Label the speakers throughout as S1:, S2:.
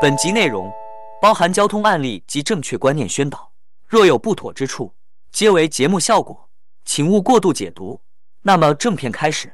S1: 本集内容包含交通案例及正确观念宣导，若有不妥之处，皆为节目效果，请勿过度解读。那么正片开始。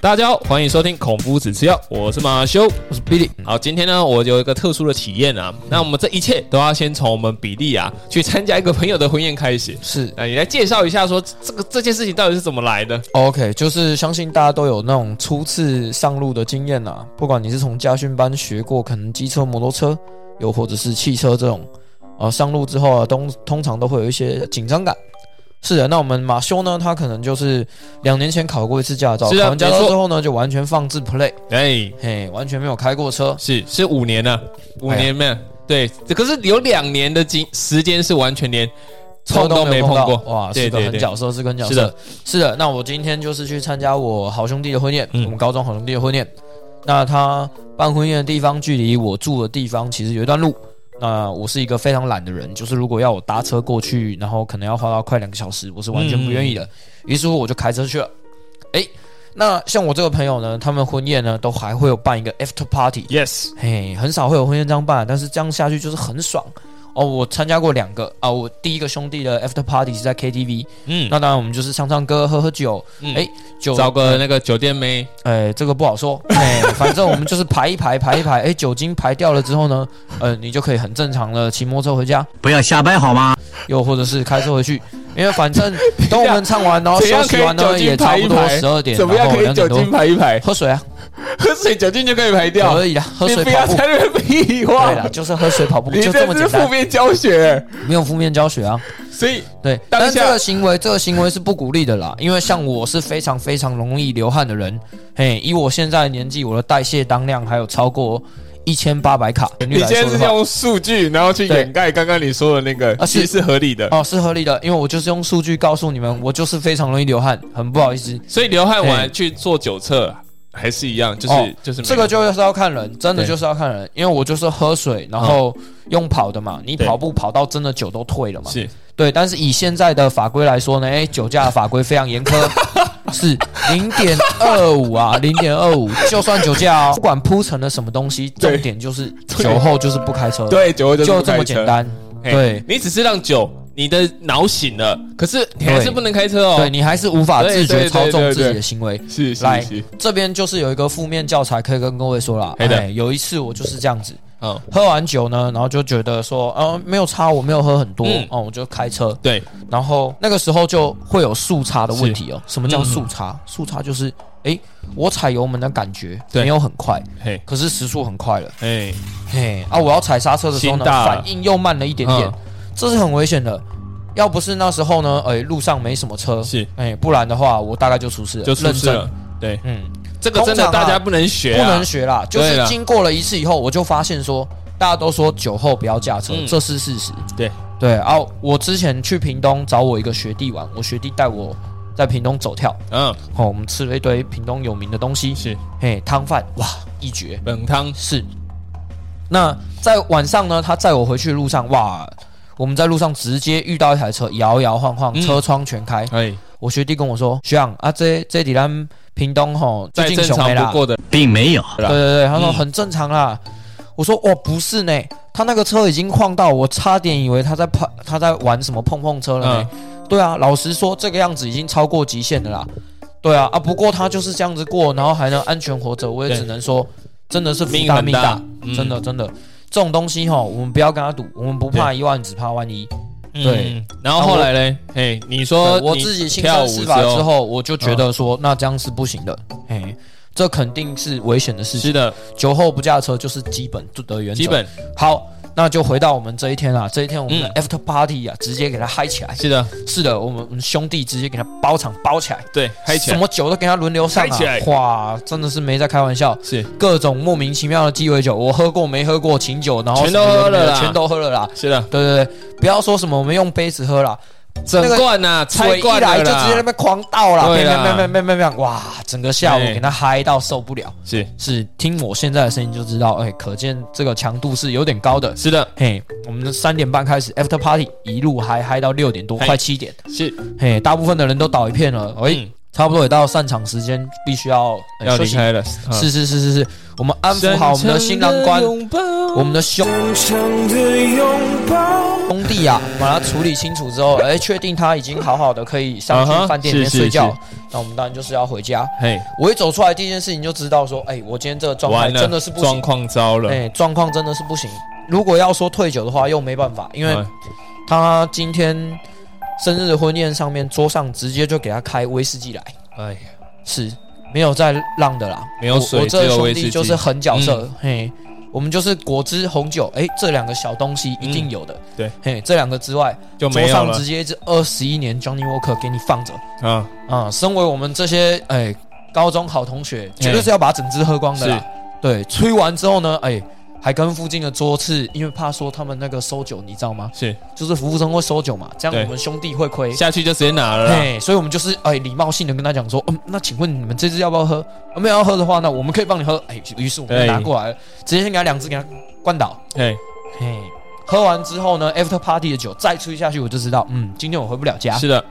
S2: 大家好，欢迎收听《孔夫子吃药》，我是马修。
S3: 我是 Billy，
S2: 好，今天呢，我有一个特殊的体验啊。那我们这一切都要先从我们比利啊去参加一个朋友的婚宴开始。
S3: 是
S2: 那你来介绍一下说，这个这件事情到底是怎么来的？
S3: 哦 OK，就是相信大家都有那种初次上路的经验啦、不管你是从家训班学过，可能机车、摩托车，又或者是汽车这种，呃，上路之后啊，通通常都会有一些紧张感。是的，那我们马修呢，他可能就是两年前考过一次驾照，
S2: 是啊
S3: 考完驾
S2: 没
S3: 照
S2: 错
S3: 之后呢，就完全放置 play，
S2: 哎，
S3: 嘿，完全没有开过车。
S2: 是是五年了，五年
S3: 哎
S2: 没有、对，可是有两年的经时间是完全连碰
S3: 车
S2: 都没碰
S3: 到
S2: 过。
S3: 哇，
S2: 对
S3: 是个
S2: 对
S3: 狠
S2: 对
S3: 角色，是个狠角色。
S2: 是的，
S3: 是的。那我今天就是去参加我好兄弟的婚宴，
S2: 嗯
S3: 我们高中好兄弟的婚宴。那他办婚宴的地方距离我住的地方其实有一段路。那我是一个非常懒的人，就是如果要我搭车过去，然后可能要花到快两个小时，我是完全不愿意
S2: 嗯
S3: 的。于是乎我就开车去了。诶，那像我这个朋友呢，他们婚宴呢都还会有办一个 after party，
S2: Yes，
S3: 嘿，很少会有婚宴这样办，但是这样下去就是很爽哦。我参加过两个啊，我第一个兄弟的 after party 是在 KTV，、
S2: 嗯，
S3: 那当然我们就是唱唱歌、喝喝酒，
S2: 嗯
S3: 哎、酒
S2: 找个那个酒店妹，
S3: 哎，这个不好说，哎，反正我们就是排一排，排一排，哎，酒精排掉了之后呢，呃，你就可以很正常的骑摩托车回家，
S4: 不要瞎掰好吗？
S3: 又或者是开车回去，因为反正等我们唱完，然后
S2: 怎
S3: 休
S2: 样
S3: 息
S2: 可以
S3: 完
S2: 酒
S3: 呢，
S2: 精
S3: 也差
S2: 排一
S3: 不多
S2: 排
S3: 十二点，
S2: 怎么
S3: 然
S2: 样
S3: 后
S2: 可以
S3: 两
S2: 酒
S3: 点多
S2: 精排一 排？
S3: 喝水啊，
S2: 喝水酒精就可以排掉。
S3: 可以的，喝
S2: 你
S3: 水
S2: 不要
S3: 跑步
S2: 在。那边屁话
S3: 对啦，就是喝水跑步，
S2: 你
S3: 就这么
S2: 这是
S3: 简
S2: 负
S3: 单，
S2: 面教学，
S3: 没有负面教学啊。
S2: 所以
S3: 对，
S2: 当
S3: 但
S2: 下
S3: 这个行为，这个行为是不鼓励的啦，因为像我是非常非常容易流汗的人，嘿，以我现在的年纪，我的代谢当量还有超过一千八百卡。
S2: 你现在是用数据，然后去
S3: 对
S2: 掩盖刚刚你说的那个，
S3: 啊
S2: 其
S3: 是
S2: 实是合理的。
S3: 哦，是合理的，因为我就是用数据告诉你们，我就是非常容易流汗，很不好意思，
S2: 所以流汗完
S3: 哎
S2: 去做酒测还是一样，就是、
S3: 哦
S2: 就是没有
S3: 这个就是要看人，真的
S2: 对嗯
S3: 就是要看人，因为我就是喝水，然后用跑的嘛，你
S2: 对
S3: 跑步跑到真的酒都退了嘛，
S2: 是
S3: 对，但是以现在的法规来说呢，哎，酒驾的法规非常严 苛，是零点二五啊，零点二五，就算酒驾哦，不管铺成了什么东西，
S2: 对
S3: 重点就是酒后就是不开车，，
S2: 对酒后是
S3: 就
S2: 不
S3: 这
S2: 开
S3: 么
S2: 车
S3: 简。单，
S2: 嘿
S3: 对
S2: 你只是让酒你的脑醒了，可是你还是
S3: 对
S2: 不能开车哦。
S3: 对你还是无法自
S2: 对对
S3: 觉操
S2: 对
S3: 纵
S2: 对
S3: 自己
S2: 对
S3: 的行为。
S2: 是是
S3: 来
S2: 是，
S3: 这边就是有一个负面教材可以跟各位说啦，
S2: 嘿的
S3: 哎，有一次我就是这样子，
S2: 嗯，
S3: 喝完酒呢，然后就觉得说，呃，没有差，我没有喝很多，
S2: 嗯
S3: 哦，我就开车，
S2: 对，
S3: 然后那个时候就会有速差的问题哦。什么叫速差？
S2: 嗯
S3: 速差就是，诶，我踩油门的感觉
S2: 对
S3: 没有很快，
S2: 嘿，
S3: 可是时速很快了。
S2: 嘿，
S3: 嘿，啊，我要踩刹车的时候呢，
S2: 心大了
S3: 反应又慢了一点点
S2: 嗯，
S3: 这是很危险的。要不是那时候呢，诶，路上没什么车，
S2: 是
S3: 诶，不然的话，我大概就出事了，
S2: 就出
S3: 认
S2: 事
S3: 真。
S2: 了。对，
S3: 嗯，
S2: 这个真的
S3: 通常啊
S2: 大家不能学、
S3: 不
S2: 啊，
S3: 能学啦，就
S2: 对
S3: 是
S2: 啦
S3: 经过了一次以后，我就发现说，大家都说酒后不要驾车，
S2: 嗯
S3: 这是事实。
S2: 对
S3: 对啊，我之前去屏东找我一个学弟玩，我学弟带我在屏东走跳，
S2: 嗯，
S3: 哦，我们吃了一堆屏东有名的东西，
S2: 是
S3: 嘿，汤饭，哇，一绝
S2: 冷汤，
S3: 是。那在晚上呢，他载我回去的路上，哇，我们在路上直接遇到一台车，摇摇晃晃，
S2: 嗯
S3: 车窗全开。
S2: 哎，
S3: 我学弟跟我说，学长啊，这这里咱屏东吼，最
S2: 再
S3: 近
S2: 正
S3: 熊
S2: 常
S3: 没啦
S2: 不，过的，
S4: 并没有，
S2: 啦
S3: 对对对，他说
S2: 嗯
S3: 很正常啦。我说哦，不是呢，他那个车已经晃到我差点以为他在碰他在玩什么碰碰车了呢。
S2: 嗯
S3: 对啊，老实说这个样子已经超过极限的啦。对啊啊，不过他就是这样子过，然后还能安全活着，我也
S2: 对
S3: 只能说真的是福
S2: 命
S3: 大
S2: 很
S3: 命
S2: 大
S3: 大，
S2: 嗯
S3: 真的真的这种东西哈，我们不要跟他赌，我们不怕一万，只怕万一。对
S2: 嗯，然后后来嘞，嘿，你说
S3: 对我
S2: 你
S3: 自己亲
S2: 跳
S3: 身
S2: 舞
S3: 试
S2: 之
S3: 法之
S2: 后，嗯
S3: 后，我就觉得说那这样是不行的，嘿，这肯定是危险的事情
S2: 是。的，
S3: 酒后不驾车就是基本的原则。
S2: 基本
S3: 好，那就回到我们这一天啊，这一天我们的
S2: 嗯
S3: after party 啊，直接给他嗨起来。
S2: 是的，
S3: 是的，我们我们兄弟直接给他包场包起来，
S2: 对，嗨起
S3: 什
S2: 来，
S3: 么酒都给他轮流上
S2: 嗨
S3: 啊
S2: 起来！
S3: 哇，真的是没在开玩笑，
S2: 是
S3: 各种莫名其妙的鸡尾酒，我喝过没喝过琴酒，然后
S2: 全都
S3: 什么有的
S2: 喝了
S3: 没的
S2: 啦
S3: 全都喝了啦。
S2: 是的，
S3: 对对对，不要说什么我们用杯子喝啦，
S2: 整罐呐、
S3: 才
S2: 吹
S3: 一
S2: 罐
S3: 来
S2: 的
S3: 就直接那
S2: 啦，
S3: 边狂倒了，
S2: 对
S3: 没
S2: 啦
S3: 没没没没没，哇，整个下午
S2: 哎
S3: 给他嗨到受不了。
S2: 是
S3: 是听我现在的声音就知道，哎，可见这个强度是有点高的。
S2: 是的，
S3: 嘿，我们三点半开始 after party，一路嗨嗨到六点多，
S2: 嘿
S3: 快七点。
S2: 是
S3: 嘿，大部分的人都倒一片了，哎、
S2: 嗯
S3: 差不多也到散场时间，必须要、哎
S2: 要
S3: 休
S2: 离
S3: 息。
S2: 开了，嗯
S3: 是是是是是，我们安抚好我们的新郎官，我们的兄兄弟啊，把他处理清楚之后，哎、确定他已经好好的可以上
S2: 啊哈
S3: 去饭店里面
S2: 是是
S3: 睡觉
S2: 是
S3: 那我们当然就是要回家。
S2: 嘿，
S3: 我一走出来，第一件事情就知道说，哎、我今天这个状态
S2: 完了，
S3: 真的是不
S2: 状
S3: 行，
S2: 况糟了，
S3: 哎、状况真的是不行。如果要说退酒的话，又没办法，因
S2: 哎
S3: 为
S2: 嗯
S3: 他今天生日婚宴上面桌上直接就给他开威士忌来，
S2: 哎呀，
S3: 是没有在浪的啦，
S2: 没有
S3: 我
S2: 水
S3: 我
S2: 只
S3: 这
S2: 有
S3: 兄
S2: 威士忌嗯
S3: 弟就是狠角色，嘿，我们就是果汁、红酒，哎、这两个小东西一定有的，
S2: 嗯对，
S3: 嘿，这两个之外，
S2: 就
S3: 桌
S2: 没有
S3: 上
S2: 了
S3: 直接一支二十一年 Johnny Walker 给你放着，
S2: 啊，
S3: 啊、身为我们这些哎、高中好同学，绝对是要把整支喝光的啦
S2: 哎是，
S3: 对，吹完之后呢，哎、还跟附近的桌次，因为怕说他们那个收酒，你知道吗？
S2: 是
S3: 就是服务生会收酒嘛，这样
S2: 对
S3: 我们兄弟会亏。
S2: 下去就直接拿了啦，
S3: 嘿，所以我们就是哎礼貌性的跟他讲说，嗯，那请问你们这支要不要喝？啊、没有要喝的话，那我们可以帮你喝。哎，于是我们
S2: 对
S3: 就拿过来了，直接先给他两支，给他灌倒。
S2: 嘿，
S3: 嘿，喝完之后呢，after party 的酒再吹下去，我就知道，嗯，今天我回不了家。
S2: 是的，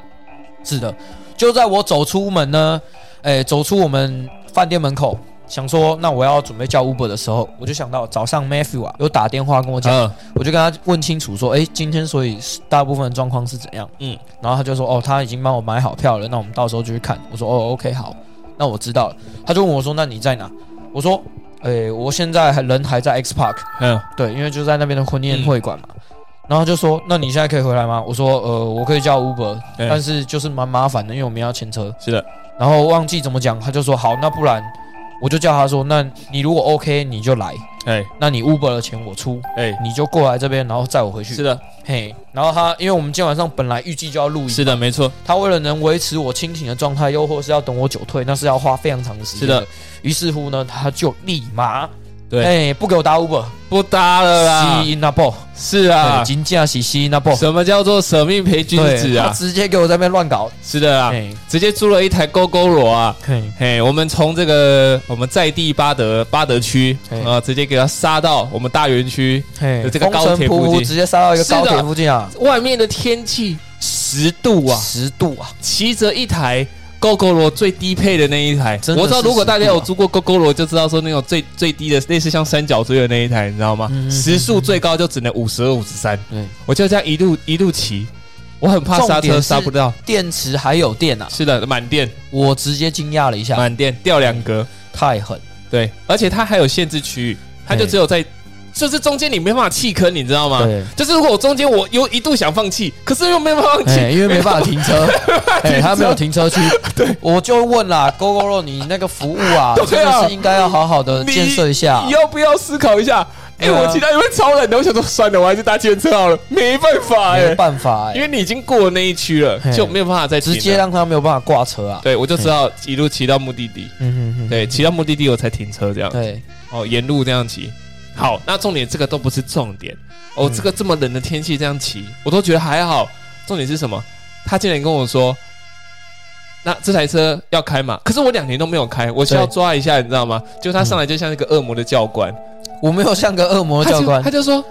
S3: 是的，就在我走出门呢，哎，走出我们饭店门口，想说那我要准备叫 Uber 的时候，我就想到早上 Matthew 啊有打电话跟我讲，
S2: 嗯，
S3: 我就跟他问清楚说，哎，今天所以大部分的状况是怎样？
S2: 嗯
S3: 嗯，然后他就说，哦，他已经帮我买好票了，那我们到时候就去看。我说，哦，OK，好，那我知道了。他就问我说，那你在哪？我说，哎，我现在还人还在 X Park，
S2: 嗯，
S3: 对，因为就在那边的婚宴会馆嘛。然后就说，那你现在可以回来吗？我说，呃，我可以叫 Uber，
S2: 对
S3: 但是就是蛮麻烦的，因为我们要牵车。
S2: 是的，
S3: 然后忘记怎么讲，他就说好，那不然我就叫他说，那你如果 OK 你就来，
S2: 哎
S3: 那你 Uber 的钱我出，
S2: 哎，
S3: 你就过来这边，然后载我回去。
S2: 是的，
S3: 嘿，然后他因为我们今天晚上本来预计就要录影，
S2: 是的，没错，
S3: 他为了能维持我清醒的状态，又或是要等我酒退，那是要花非常长的时
S2: 是
S3: 间。
S2: 的，，
S3: 于是乎呢，他就立马
S2: 对
S3: 哎不给我打 Uber，
S2: 不搭了啦
S3: 吸，引那爆，
S2: 是啊
S3: 对，哎金价是吸引那爆，
S2: 什么叫做舍命陪君子
S3: 对他
S2: 啊？
S3: 直接给我在那边乱搞，
S2: 是的啊，
S3: 哎，
S2: 直接租了一台勾勾罗啊。
S3: 嘿，
S2: 嘿，我们从这个我们在地巴德巴德区
S3: 嘿
S2: 啊、直接给它杀到我们大园区
S3: 嘿，
S2: 这个高铁
S3: 风尘仆
S2: 附近
S3: 仆直接杀到一个
S2: 是的
S3: 高铁附近啊，
S2: 外面的天气十度啊，
S3: 十度啊，
S2: 骑着一台 GoGo 罗最低配的那一台，
S3: 真的是
S2: 我知道如果大家
S3: 十度啊
S2: 有租过 GoGo 罗，就知道说那种最最低的类似像三角锥的那一台，你知道吗？
S3: 嗯嗯嗯
S2: 时速最高就只能五十二、五十三，
S3: 对，
S2: 我就这样一路一路骑，我很怕刹
S3: 重点
S2: 车
S3: 是
S2: 刹不到。
S3: 电池还有电啊！
S2: 是的，满电
S3: 我直接惊讶了一下，
S2: 满电掉两格，
S3: 太狠，
S2: 对，而且它还有限制区域，它就
S3: 对
S2: 只有在，就是中间你没办法弃坑，你知道吗？
S3: 对，
S2: 就是如果我中间我有一度想放弃，可是又没办法放
S3: 哎，
S2: 弃，
S3: 因为没办法 停车，哎，他没有停车区，对，我就问啦，Go Go 肉，你那个服务啊，
S2: 对啊
S3: 真的是应该要好好的
S2: 你
S3: 建设一下
S2: 你，要不要思考一下？哎、
S3: 啊对啊
S2: 我骑到一半超冷的，我想说算了，我还是搭计程车好了，没办法哎、
S3: 没办法，
S2: 因
S3: 哎，
S2: 为你已经过了那一区了，
S3: 嘿
S2: 就没有办法再停
S3: 直
S2: 了
S3: 接啊让他没有办法挂车啊，
S2: 对，我就知道一路骑到目的地，
S3: 嗯哼哼，
S2: 对，骑到目的地我才停车这样，
S3: 对，
S2: 哦，沿路这样骑。好，那重点这个都不是重点哦，
S3: 嗯
S2: 这个这么冷的天气这样骑，我都觉得还好。重点是什么？他竟然跟我说，那这台车要开嘛？可是我两年都没有开，我需要
S3: 对
S2: 抓一下，你知道吗？就他上来就像一个恶魔的教官，
S3: 我没有像个恶魔
S2: 他就
S3: 哦教官
S2: 他，就说。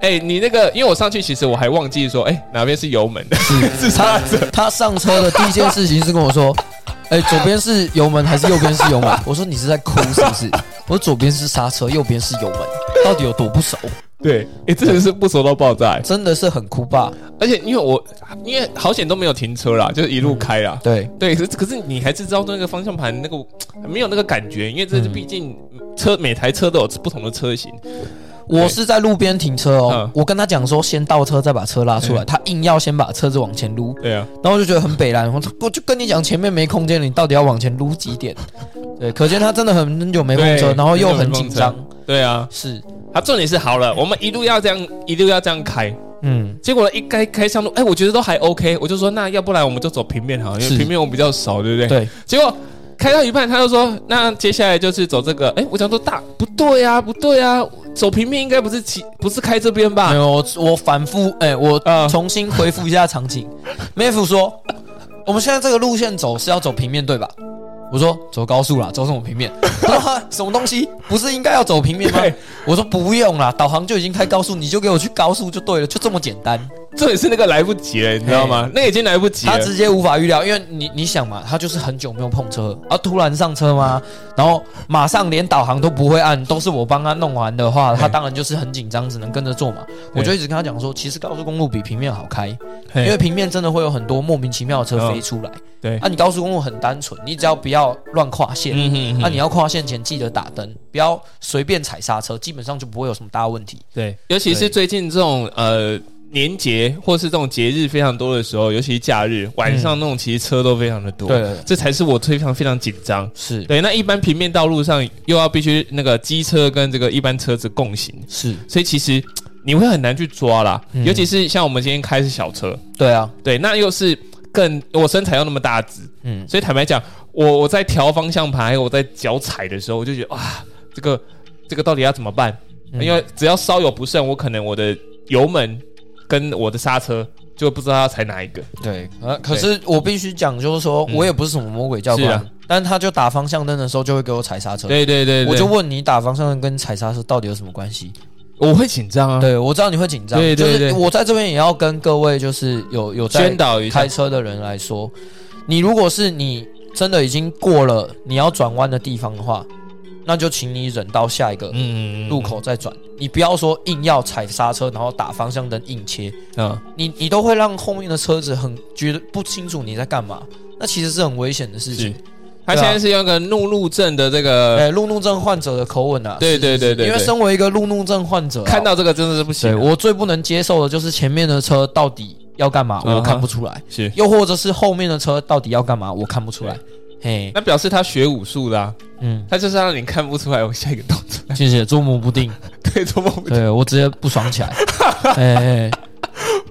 S2: 哎、你那个，因为我上去，其实我还忘记说，哎、哪边是油门 的，是刹车。
S3: 他上车的第一件事情是跟我说。 哎，左边是油门还是右边是油门？ 我说你是在哭是不是？我说左边是刹车，右边是油门，到底有多不熟？
S2: 对，哎、真的是不熟到爆炸、哎
S3: 真的是很哭吧？
S2: 而且因为我，因为好险都没有停车啦，就是一路开啦。
S3: 对，
S2: 对，可是可是你还是知道那个方向盘那个没有那个感觉，因为这是
S3: 嗯
S2: 毕竟车每台车都有不同的车型，
S3: 我是在路边停车
S2: 嗯
S3: 哦，我跟他讲说先倒车再把车拉出来，
S2: 嗯
S3: 他硬要先把车子往前撸，
S2: 对啊，
S3: 然后我就觉得很北蓝，我说我就跟你讲前面没空间了，你到底要往前撸几点？对，可见他真的很很久没碰车，
S2: 对
S3: 然后又很紧张
S2: 很久没，对啊。
S3: 是，
S2: 它重点是好了，我们一路要这样一路要这样开，
S3: 嗯，
S2: 结果一开开上路，哎，我觉得都还 OK，我就说那要不然我们就走平面好了，因为
S3: 是
S2: 平面我比较熟，对不对？。
S3: 对，
S2: 结果开到一半，他就说那接下来就是走这个，哎，我想说大不对啊，不对啊，走平面应该不是骑，不是开这边吧
S3: 没？有，我我反复，哎、我
S2: 啊
S3: 重新回复一下场景。妹夫说，我们现在这个路线走是要走平面对吧？我说走高速啦，走什么平 面？他说啊什么东西？不是应该要走平面吗
S2: 对？
S3: 我说不用啦，导航就已经开高速，你就给我去高速就对了，就这么简单。
S2: 这也是那个来不及了，你知道吗？那个已经来不及
S3: 他
S2: 了。
S3: 直接无法预料，因为你你想嘛，他就是很久没有碰车，啊，突然上车嘛，然后马上连导航都不会按，都是我帮他弄完的话，他当然就是很紧张，只能跟着做嘛。我就一直跟他讲说，其实高速公路比平面好开，因为平面真的会有很多莫名其妙的车飞出来。
S2: 哦对
S3: 啊，你高速公路很单纯，你只要不要乱跨线，
S2: 嗯哼嗯哼
S3: 啊，你要跨线前记得打灯，不要随便踩刹车，基本上就不会有什么大问题。
S2: 对，尤其是最近这种呃年节或是这种节日非常多的时候，尤其是假日晚上那种，其实车都非常的多。
S3: 对对对
S2: 这才是我非常非常紧张。
S3: 是
S2: 对，那一般平面道路上又要必须那个机车跟这个一般车子共行，
S3: 是，
S2: 所以其实你会很难去抓啦。
S3: 嗯
S2: 尤其是像我们今天开是小车，
S3: 对啊，
S2: 对，那又是更我身材又那么大只，
S3: 嗯，
S2: 所以坦白讲，我我在调方向盘还有我在脚踩的时候，我就觉得哇，这个这个到底要怎么办？
S3: 嗯
S2: 因为只要稍有不慎，我可能我的油门跟我的刹车就不知道要踩哪一个。
S3: 对，呃，可是我必须讲，就是说
S2: 嗯
S3: 我也不是什么魔鬼教官，
S2: 是啊
S3: 但他就打方向灯的时候就会给我踩刹车。
S2: 对对对
S3: 我就问你打方向灯跟踩刹车到底有什么关系？
S2: 我会紧张啊，
S3: 对，我知道你会紧张，
S2: 对对对
S3: 就是我在这边也要跟各位就是有有在
S2: 宣导一下
S3: 开。车的人来说，
S2: 啊
S3: 你如果是你真的已经过了你要转弯的地方的话，那就请你忍到下一个
S2: 嗯
S3: 路口再转，你不要说硬要踩刹车，然后打方向灯硬切，
S2: 嗯，
S3: 你你都会让后面的车子很觉得不清楚你在干嘛，那其实是很危险的事情
S2: 是。他现在是用一个怒路症的这
S3: 哎、
S2: 个，
S3: 路怒症患者的口吻啊，
S2: 对
S3: 是
S2: 对
S3: 是
S2: 对
S3: 是
S2: 对
S3: 因为
S2: 对
S3: 身为一个路怒症患者啊、
S2: 看到这个真的是不
S3: 对
S2: 行。
S3: 我最不能接受的就是前面的车到底要干嘛，
S2: 嗯
S3: 我
S2: 哼
S3: 看不出来，
S2: 是，
S3: 又或者是后面的车到底要干嘛，我看不出来。嘿，
S2: 那表示他学武术的啊，
S3: 嗯，
S2: 他就是让你看不出来我下一个动作。
S3: 谢谢，捉摸不定，
S2: 对，怎么不
S3: 对我直接不爽 起来。哎、哎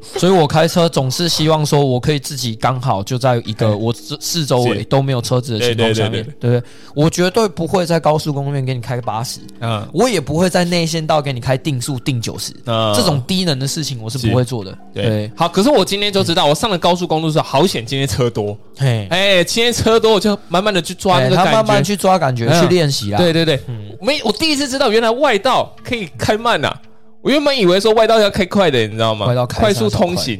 S3: 所以我开车总是希望说，我可以自己刚好就在一
S2: 哎
S3: 个我四四周围
S2: 是
S3: 都没有车子的情
S2: 对对
S3: 况
S2: 对
S3: 下面，对不对？我绝对不会在高速公路面给你开八十，
S2: 嗯
S3: 我也不会在内线道给你开定速定九十、
S2: 嗯
S3: 这种低能的事情我是
S2: 是
S3: 不会做的。
S2: 对，好，可是我今天就知道，我上了高速公路的时候，好险，今天车多，
S3: 对，嘿，
S2: 哎，今天车多，我就慢慢的去抓那
S3: 嗯哎
S2: 个
S3: 他
S2: 感
S3: 慢慢
S2: 觉。
S3: 去嗯抓感觉，
S2: 嗯
S3: 去练习啦。
S2: 对对对，没，我第一次知道原来外道可以开慢呐，我原本以为说外道要开快的，你知道吗？
S3: 外道开
S2: 快速通行，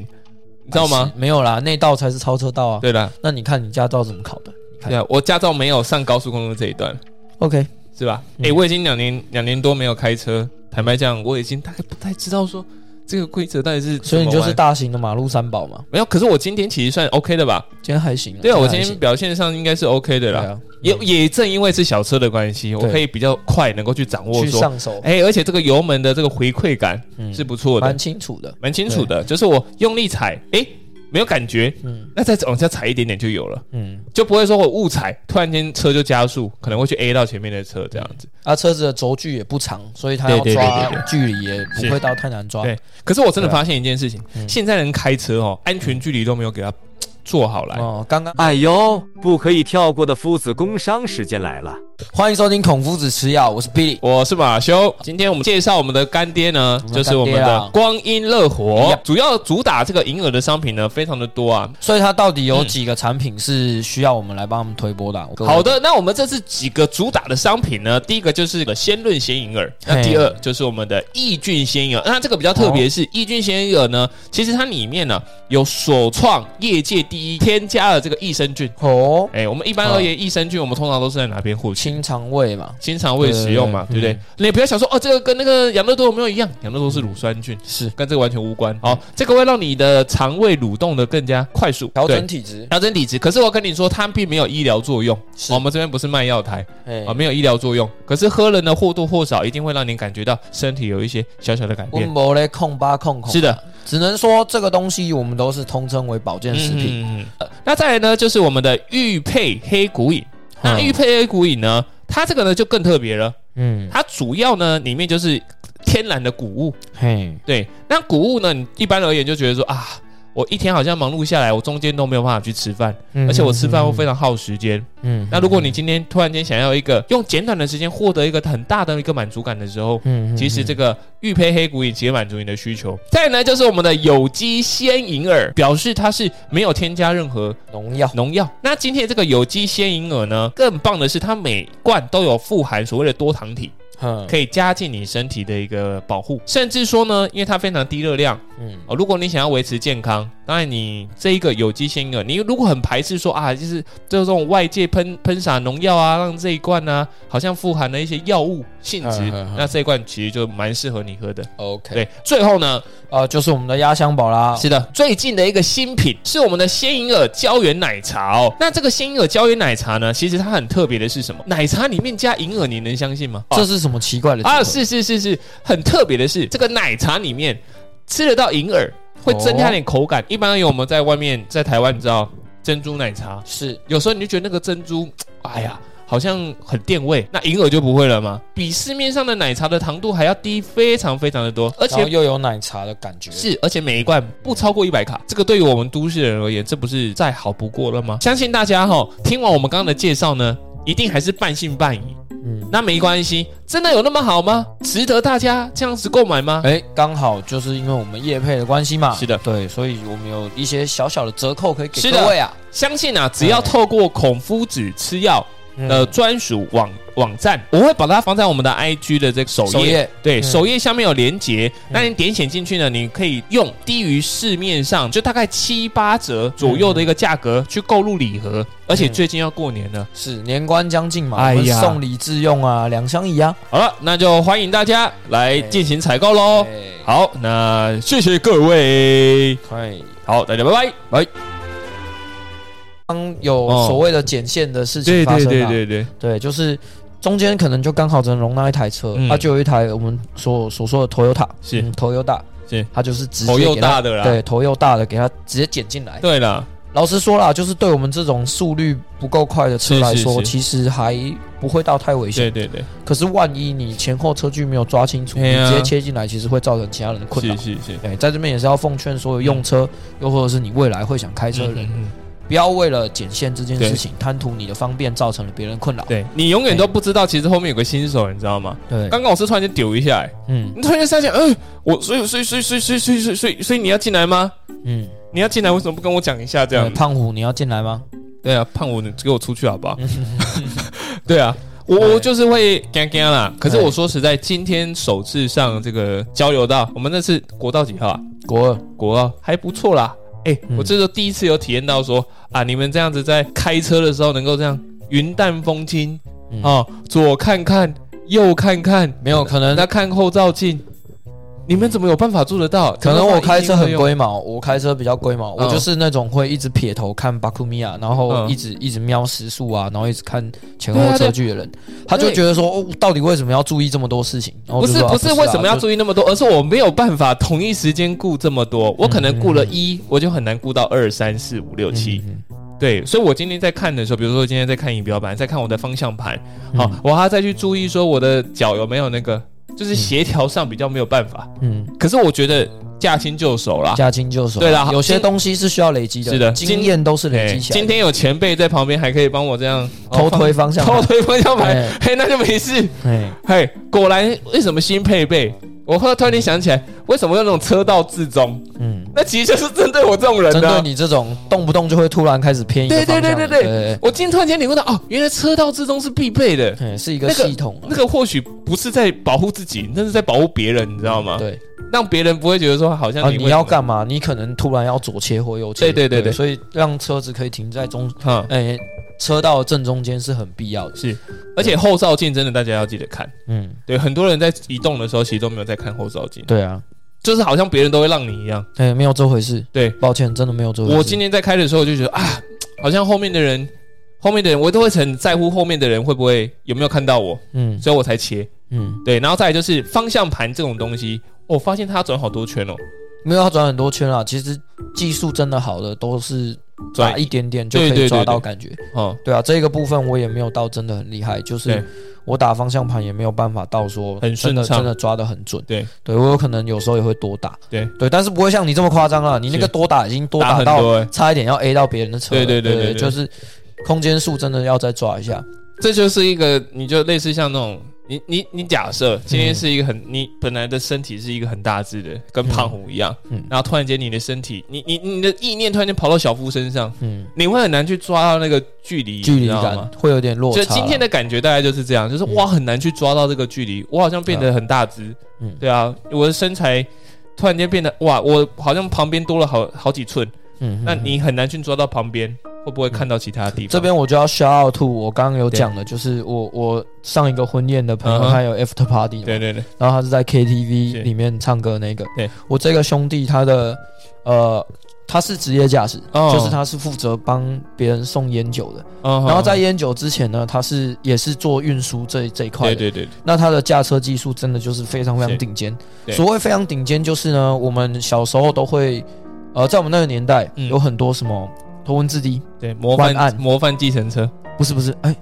S2: 你知道吗？
S3: 没有啦，内道才是超车道啊。
S2: 对啦，
S3: 那你看你驾照怎么考的？你看
S2: 对啊，我驾照没有上高速公路这一段，
S3: ，OK，
S2: 是吧？
S3: 嗯
S2: 哎，我已经两年两年多没有开车，坦白讲，我已经大概不太知道说这个规则到底是怎么玩，
S3: 所以你就是大型的马路三宝嘛。
S2: 没有，可是我今天其实算 OK 的吧？
S3: 今天还行啊，
S2: 对啊，我今
S3: 还
S2: 天
S3: 行
S2: 表现上应该是 OK 的
S3: 对
S2: 啦。
S3: 啊，
S2: 也也正因为是小车的关系，我
S3: 对
S2: 可以比较快能够去掌握
S3: 去
S2: 说，
S3: 上手，
S2: 哎、而且这个油门的这个回馈感
S3: 嗯
S2: 是不错的
S3: 蛮，清楚的。
S2: 蛮、清楚的。就是我用力踩，哎、没有感觉，
S3: 嗯
S2: 那再往下踩一点点就有了，
S3: 嗯，
S2: 就不会说我误踩，突然间车就加速，可能会去 A 到前面的车这样子。
S3: 啊，车子的轴距也不长，所以它要
S2: 对对对对
S3: 抓距离也不会到太难抓。
S2: 对，可是我真的
S3: 对啊
S2: 发现一件事情，现在人开车哦，安全距离都没有给他做好来。
S3: 哦，刚刚
S4: 哎呦，不可以跳过的夫子工伤时间来了。
S3: 欢迎收听孔夫子吃药，我是 Billy。
S2: 我是马修，今天我们介绍我们的干爹哎呢，
S3: 我们的
S2: 就是我们
S3: 干爹
S2: 的
S3: 啊
S2: 光阴乐活
S3: Yep，
S2: 主要主打这个银耳的商品呢，非常的多啊。
S3: 所以它到底有几个产品是需要我们来帮他们推播的啊？各位
S2: 好，的，那我们这次几个主打的商品呢，第一个就是鲜润鲜银耳，那
S3: 嘿
S2: 第二就是我们的益菌鲜银耳。那这个比较特别是益菌鲜银耳呢，其实它里面呢有首创业界第一添加了这个益生菌。
S3: 哦，
S2: 哎，我们一般而言益生菌，我们通常都是在哪边获取？
S3: 清肠胃嘛，
S2: 经常会使用嘛，对
S3: 对
S2: 不对？
S3: 嗯
S2: 你也不要想说哦，这个跟那个养乐多有没有一样？养乐多是乳酸菌，
S3: 是
S2: 跟这个完全无关。
S3: 嗯
S2: 好，这个会让你的肠胃蠕动的更加快速，
S3: 调整
S2: 对
S3: 体质。
S2: 调整体质。可是我跟你说，它并没有医疗作用。哦
S3: 是
S2: 我们这边不是卖药台
S3: 哎
S2: 啊，没有医疗作用。可是喝了呢，或多或少一定会让你感觉到身体有一些小小的改
S3: 温
S2: 变。
S3: 博嘞控八控控，
S2: 是的，
S3: 只能说这个东西我们都是通称为保健食
S2: 嗯
S3: 品。
S2: 嗯嗯呃那再来呢，就是我们的玉佩黑骨饮。那
S3: 嗯
S2: 玉佩黑骨饮呢，它这个呢就更特别了，
S3: 嗯，
S2: 它主要呢里面就是天然的谷物。
S3: 嘿，
S2: 对，那谷物呢？你一般而言就觉得说啊，我一天好像忙碌下来，我中间都没有办法去吃饭，
S3: 嗯
S2: 而且我吃饭会非常耗时间。
S3: 嗯
S2: 那如果你今天突然间想要一个用简短的时间获得一个很大的一个满足感的时候，
S3: 嗯
S2: 其实这个玉胚黑谷饮其实满足你的需求。再来呢，就是我们的有机鲜银耳，表示它是没有添加任何
S3: 农药，
S2: 农药。那今天的这个有机鲜银耳呢，更棒的是它每罐都有富含所谓的多糖体，
S3: 嗯
S2: 可以加进你身体的一个保护。甚至说呢，因为它非常低热量
S3: 嗯
S2: 哦，如果你想要维持健康，当然你这一个有机鲜银耳，你如果很排斥说啊，就是这种外界喷喷洒农药啊，让这一罐呢、好像富含了一些药物性质，
S3: 嗯嗯嗯
S2: 那这一罐其实就蛮适合你喝的。
S3: ，OK，
S2: 对，最后呢，
S3: 呃，就是我们的压箱宝啦，
S2: 是的，最近的一个新品是我们的鲜银耳胶原奶茶哦。那这个鲜银耳胶原奶茶呢，其实它很特别的是什么？奶茶里面加银耳，你能相信吗？
S3: 这是什么奇怪的组合
S2: 啊，是是是是，很特别的是，这个奶茶里面吃得到银耳，会增加点口感。一般有我们在外面在台湾，你知道珍珠奶茶，
S3: 是
S2: 有时候你就觉得那个珍珠，哎呀。好像很垫胃，那银耳就不会了吗？比市面上的奶茶的糖度还要低，非常非常的多，而
S3: 而
S2: 且
S3: 且又有奶茶的感觉，
S2: 是，而且每一罐不超过一百卡，这个对于我们都市人而言，这不是再好不过了吗？相信大家哈、听完我们刚刚的介绍呢，一定还是半信半疑。
S3: 嗯，
S2: 那没关系，真的有那么好吗？值得大家这样子购买吗？
S3: 哎，刚好就是因为我们业配的关系嘛，
S2: 是的
S3: 对，所以我们有一些小小的折扣可以给
S2: 是的
S3: 各位啊，
S2: 相信啊，只要透过孔夫子吃药的
S3: 嗯
S2: 专属网网站，我会把它放在我们的 IG 的这个首
S3: 首
S2: 页。
S3: 页
S2: 对，
S3: 嗯
S2: 首页下面有连接，
S3: 嗯
S2: 那你点选进去呢，你可以用低于市面上就大概七八折左右的一个价格去购入礼盒，
S3: 嗯
S2: 而且最近要过年了，
S3: 是年关将近嘛，
S2: 哎
S3: 我们
S2: 呀
S3: 送礼自用啊，两相宜啊，
S2: 好了，那就欢迎大家来
S3: 嗯
S2: 进行采购喽。
S3: 哎，
S2: 好，那谢谢各位，
S3: 可以。
S2: 好，大家拜拜。
S3: 刚有
S2: 哦
S3: 所谓的剪线的事情发生啊，
S2: 对，
S3: 对，就是中间可能就刚好只能容纳一台车，
S2: 嗯
S3: 它、就有一台我们所所说的 Toyota，
S2: 是
S3: 嗯、Toyota，
S2: 是
S3: 它就是直接
S2: 头又
S3: 给它
S2: 大的啦。
S3: 对头又大的给它直接剪进来。
S2: 对了，
S3: 老实说啦，就是对我们这种速率不够快的车
S2: 是
S3: 来
S2: 是
S3: 说，
S2: 是
S3: 其实还不会到太危险。
S2: 对对对，
S3: 可是万一你前后车距没有抓清楚，
S2: 对啊
S3: 你直接切进来，其实会造成其他人的困扰嗯
S2: 是。是是，
S3: 对，在这边也是要奉劝所有用车，又或者是你未来会想开车的人，
S2: 嗯嗯嗯
S3: 不要为了剪线这件
S2: 对
S3: 事情贪图你的方便，造成了别人困扰。
S2: 对你永远都不知道，其实后面有个新手，你知道吗？
S3: 对，
S2: 刚刚我是突然间丢一下，哎
S3: 嗯
S2: 你突然间在想，嗯，我所以所以所以所以所以所以所以所以所以你要进来吗？
S3: 嗯，
S2: 你要进来为什么不跟我讲一下这
S3: 对，
S2: 样？
S3: 胖虎，你要进来吗？
S2: 对啊，胖我你给我出去好不 好？对啊。我我就是会干干啦，可是我说实在，今天首次上这个交流道，我们那次国道几号啊？
S3: 国二，
S2: 国二还不错啦。哎、
S3: 嗯
S2: 我这时候第一次有体验到说啊，你们这样子在开车的时候能够这样云淡风轻、
S3: 嗯
S2: 哦，左看看，右看看，
S3: 没有可能
S2: 那看后照镜，你们怎么有办法做得到？
S3: 可能我开车很
S2: 贵，
S3: 龟毛，我开车比较龟毛，
S2: 嗯
S3: 我就是那种会一直撇头看巴库米亚，然后
S2: 嗯
S3: 一直一直瞄时速啊，然后一直看前
S2: 对
S3: 后
S2: 啊对
S3: 车距的人，他就觉得说，哦，到底为什么要注意这么多事情？然后
S2: 不
S3: 我就是说啊
S2: 不
S3: 不
S2: 是为什么要
S3: 意？
S2: 注意那么多，而是我没有办法同一时间顾这么
S3: 嗯
S2: 多，我可能顾了一，我就很难顾到二三四五六
S3: 就
S2: 七。
S3: 嗯嗯
S2: 对，所以我今天在看的时候，比如说今天在看仪表板，在看我的方向盘，
S3: 嗯
S2: 好、我还要再去注意说我的脚有没有那个，就是协调上比较没有办法。
S3: 嗯，
S2: 可是我觉得驾轻就熟啦。
S3: 驾轻就熟。
S2: 啊
S3: 啊
S2: 对啦
S3: 有些
S2: 今
S3: 东西是需要累积的，
S2: 是的今
S3: 经验都是累积起来的。
S2: 哎今天有前辈在旁边，还可以帮我这样哦
S3: 偷推方向
S2: 偷
S3: 盘，
S2: 推方向盘
S3: 哎，
S2: 嘿，那就没事。
S3: 哎，
S2: 嘿，果然为什么新配备？我后来突然间想起来，为什么用那种车道至中？
S3: 嗯，
S2: 那其实就是针对我这种人啊
S3: 针
S2: 的、
S3: 对你这种动不动就会突然开始偏一个
S2: 对对
S3: 方
S2: 对
S3: 向
S2: 对对
S3: 的，对，
S2: 我今天突然间领悟到，哦，原来车道至中是必备的。
S3: 哎是一个
S2: 那个
S3: 系统啊
S2: 那。个或许不是在保护自己，那是在保护别人，你知道吗？，
S3: 对，
S2: 让别人不会觉得说好像
S3: 啊，
S2: 你
S3: 你
S2: 为
S3: 要
S2: 什么，
S3: 干嘛？你可能突然要左切或右切，
S2: 对对对对
S3: 所以让车子可以停在中，
S2: 哈、
S3: 哎、车道的正中间是很必要的。
S2: 是，而且后照镜真的大家要记得看。
S3: 嗯，
S2: 对，很多人在移动的时候其实都没有在看后照镜，
S3: 对啊，
S2: 就是好像别人都会让你一样。
S3: 哎、没有这回事，
S2: 对
S3: 抱歉，真的没有这回事。
S2: 我今天在开的时候就觉得啊，好像后面的人，后面的人我都会很在乎后面的人会不会有没有看到我，
S3: 嗯
S2: 所以我才切。
S3: 嗯，
S2: 对，然后再来就是方向盘这种东西，哦我发现它转好多圈哦，
S3: 没有要转很多圈啦，其实技术真的好的都是
S2: 转
S3: 抓一点点就可
S2: 对对对
S3: 以抓到
S2: 对
S3: 感觉。
S2: 哦，
S3: 对啊，这个部分我也没有到真的很厉害，就是
S2: 对
S3: 我打方向盘也没有办法到说
S2: 很顺
S3: 真的
S2: 畅
S3: 真的抓得很准。
S2: 对
S3: 对，我有可能有时候也会多打，
S2: 对
S3: 对，但是不会像你这么夸张了。你那个
S2: 是
S3: 多打已经多
S2: 打
S3: 打
S2: 很
S3: 到
S2: 多欸
S3: 差一点要 A 到别人的车了。
S2: 对对对对对
S3: 就是空间数真的要再抓一下。
S2: 这就是一个，你就类似像那种，你你你假设今天是一个
S3: 嗯
S2: 很，你本来的身体是一个很大只的，跟胖虎一样，
S3: 嗯
S2: 然后突然间你的身体，你你你的意念突然间跑到小夫身上，
S3: 嗯，
S2: 你会很难去抓到那个距离，
S3: 距
S2: 你
S3: 离
S2: 知道
S3: 感
S2: 吗？
S3: 会有点落差
S2: 就
S3: 啦。
S2: 今天的感觉大概就是这样，就是
S3: 嗯
S2: 哇，很难去抓到这个距离，我好像变得很大只，
S3: 嗯
S2: 对啊，我的身材突然间变得哇，我好像旁边多了好好几寸，
S3: 嗯，嗯，
S2: 那
S3: 嗯
S2: 你很难去抓到旁边，会不会看到其他地方？
S3: 这边我就要 shout out to 我刚刚有讲的，就是我我上一个婚宴的
S2: 嗯
S3: 朋友，
S2: 哼
S3: 他有 after party，嘛
S2: 对对对，
S3: 然后他是在
S2: 是
S3: KTV 里面唱歌那个。
S2: 对，
S3: 我这个兄弟他的呃，他是职业驾驶，
S2: 哦
S3: 就是他是负责帮别人送烟酒的。
S2: 然
S3: 然后在烟酒之前呢，他是也是做运输这这一块
S2: 对
S3: 的。
S2: 对对对
S3: 那他的驾车技术真的就是非常非常顶尖。
S2: 对
S3: 所谓非常顶尖，就是呢，我们小时候都会，呃，在我们那个年代、
S2: 嗯
S3: 有很多什么头文字 D，
S2: 对，模
S3: 万
S2: 范
S3: 案
S2: 模范计程车，
S3: 不是不是，哎，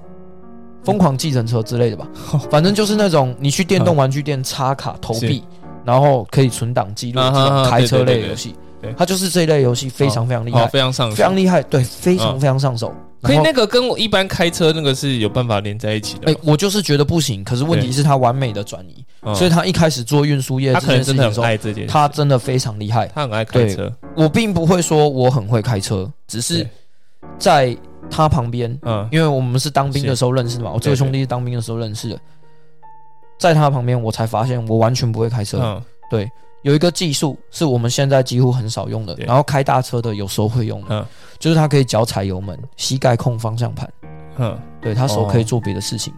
S3: 疯狂计程车之类的 吧，反正就是那种你去电动玩具店插卡投币，然后可以存档记录
S2: 啊
S3: 这
S2: 哈哈
S3: 种开车
S2: 对对
S3: 类
S2: 对
S3: 的游戏
S2: 对，
S3: 它就是这一类游戏非常非常厉
S2: 哦，
S3: 害，
S2: 非常上手
S3: 哎非常厉害，对，非常
S2: 嗯
S3: 非常上手。
S2: 可以
S3: 然后
S2: 那个跟我一般开车那个是有办法连在一起的
S3: 哎
S2: 吧，，
S3: 我就是觉得不行，可是问题是他完美的转移，
S2: 嗯
S3: 所以他一开始做运输业
S2: 他
S3: 这
S2: 可
S3: 件
S2: 能
S3: 事
S2: 真
S3: 情
S2: 的
S3: 的时
S2: 很
S3: 候，
S2: 爱这件事，
S3: 他真的非常厉害。
S2: 他很爱开车，
S3: 我并不会说我很会开车，只是
S2: 对
S3: 在他旁边，
S2: 嗯，
S3: 因为我们是当兵的时候认识的嘛，我这个兄弟是当兵的时候认识的，在他旁边我才发现我完全不会开车。
S2: 嗯
S3: 有一个技术是我们现在几乎很少用的，
S2: 对
S3: 然后开大车的有时候会用的，
S2: 嗯
S3: 就是他可以脚踩油门，膝盖控方向盘，
S2: 嗯，
S3: 对他
S2: 哦
S3: 手
S2: 嗯
S3: 可以做别的事情，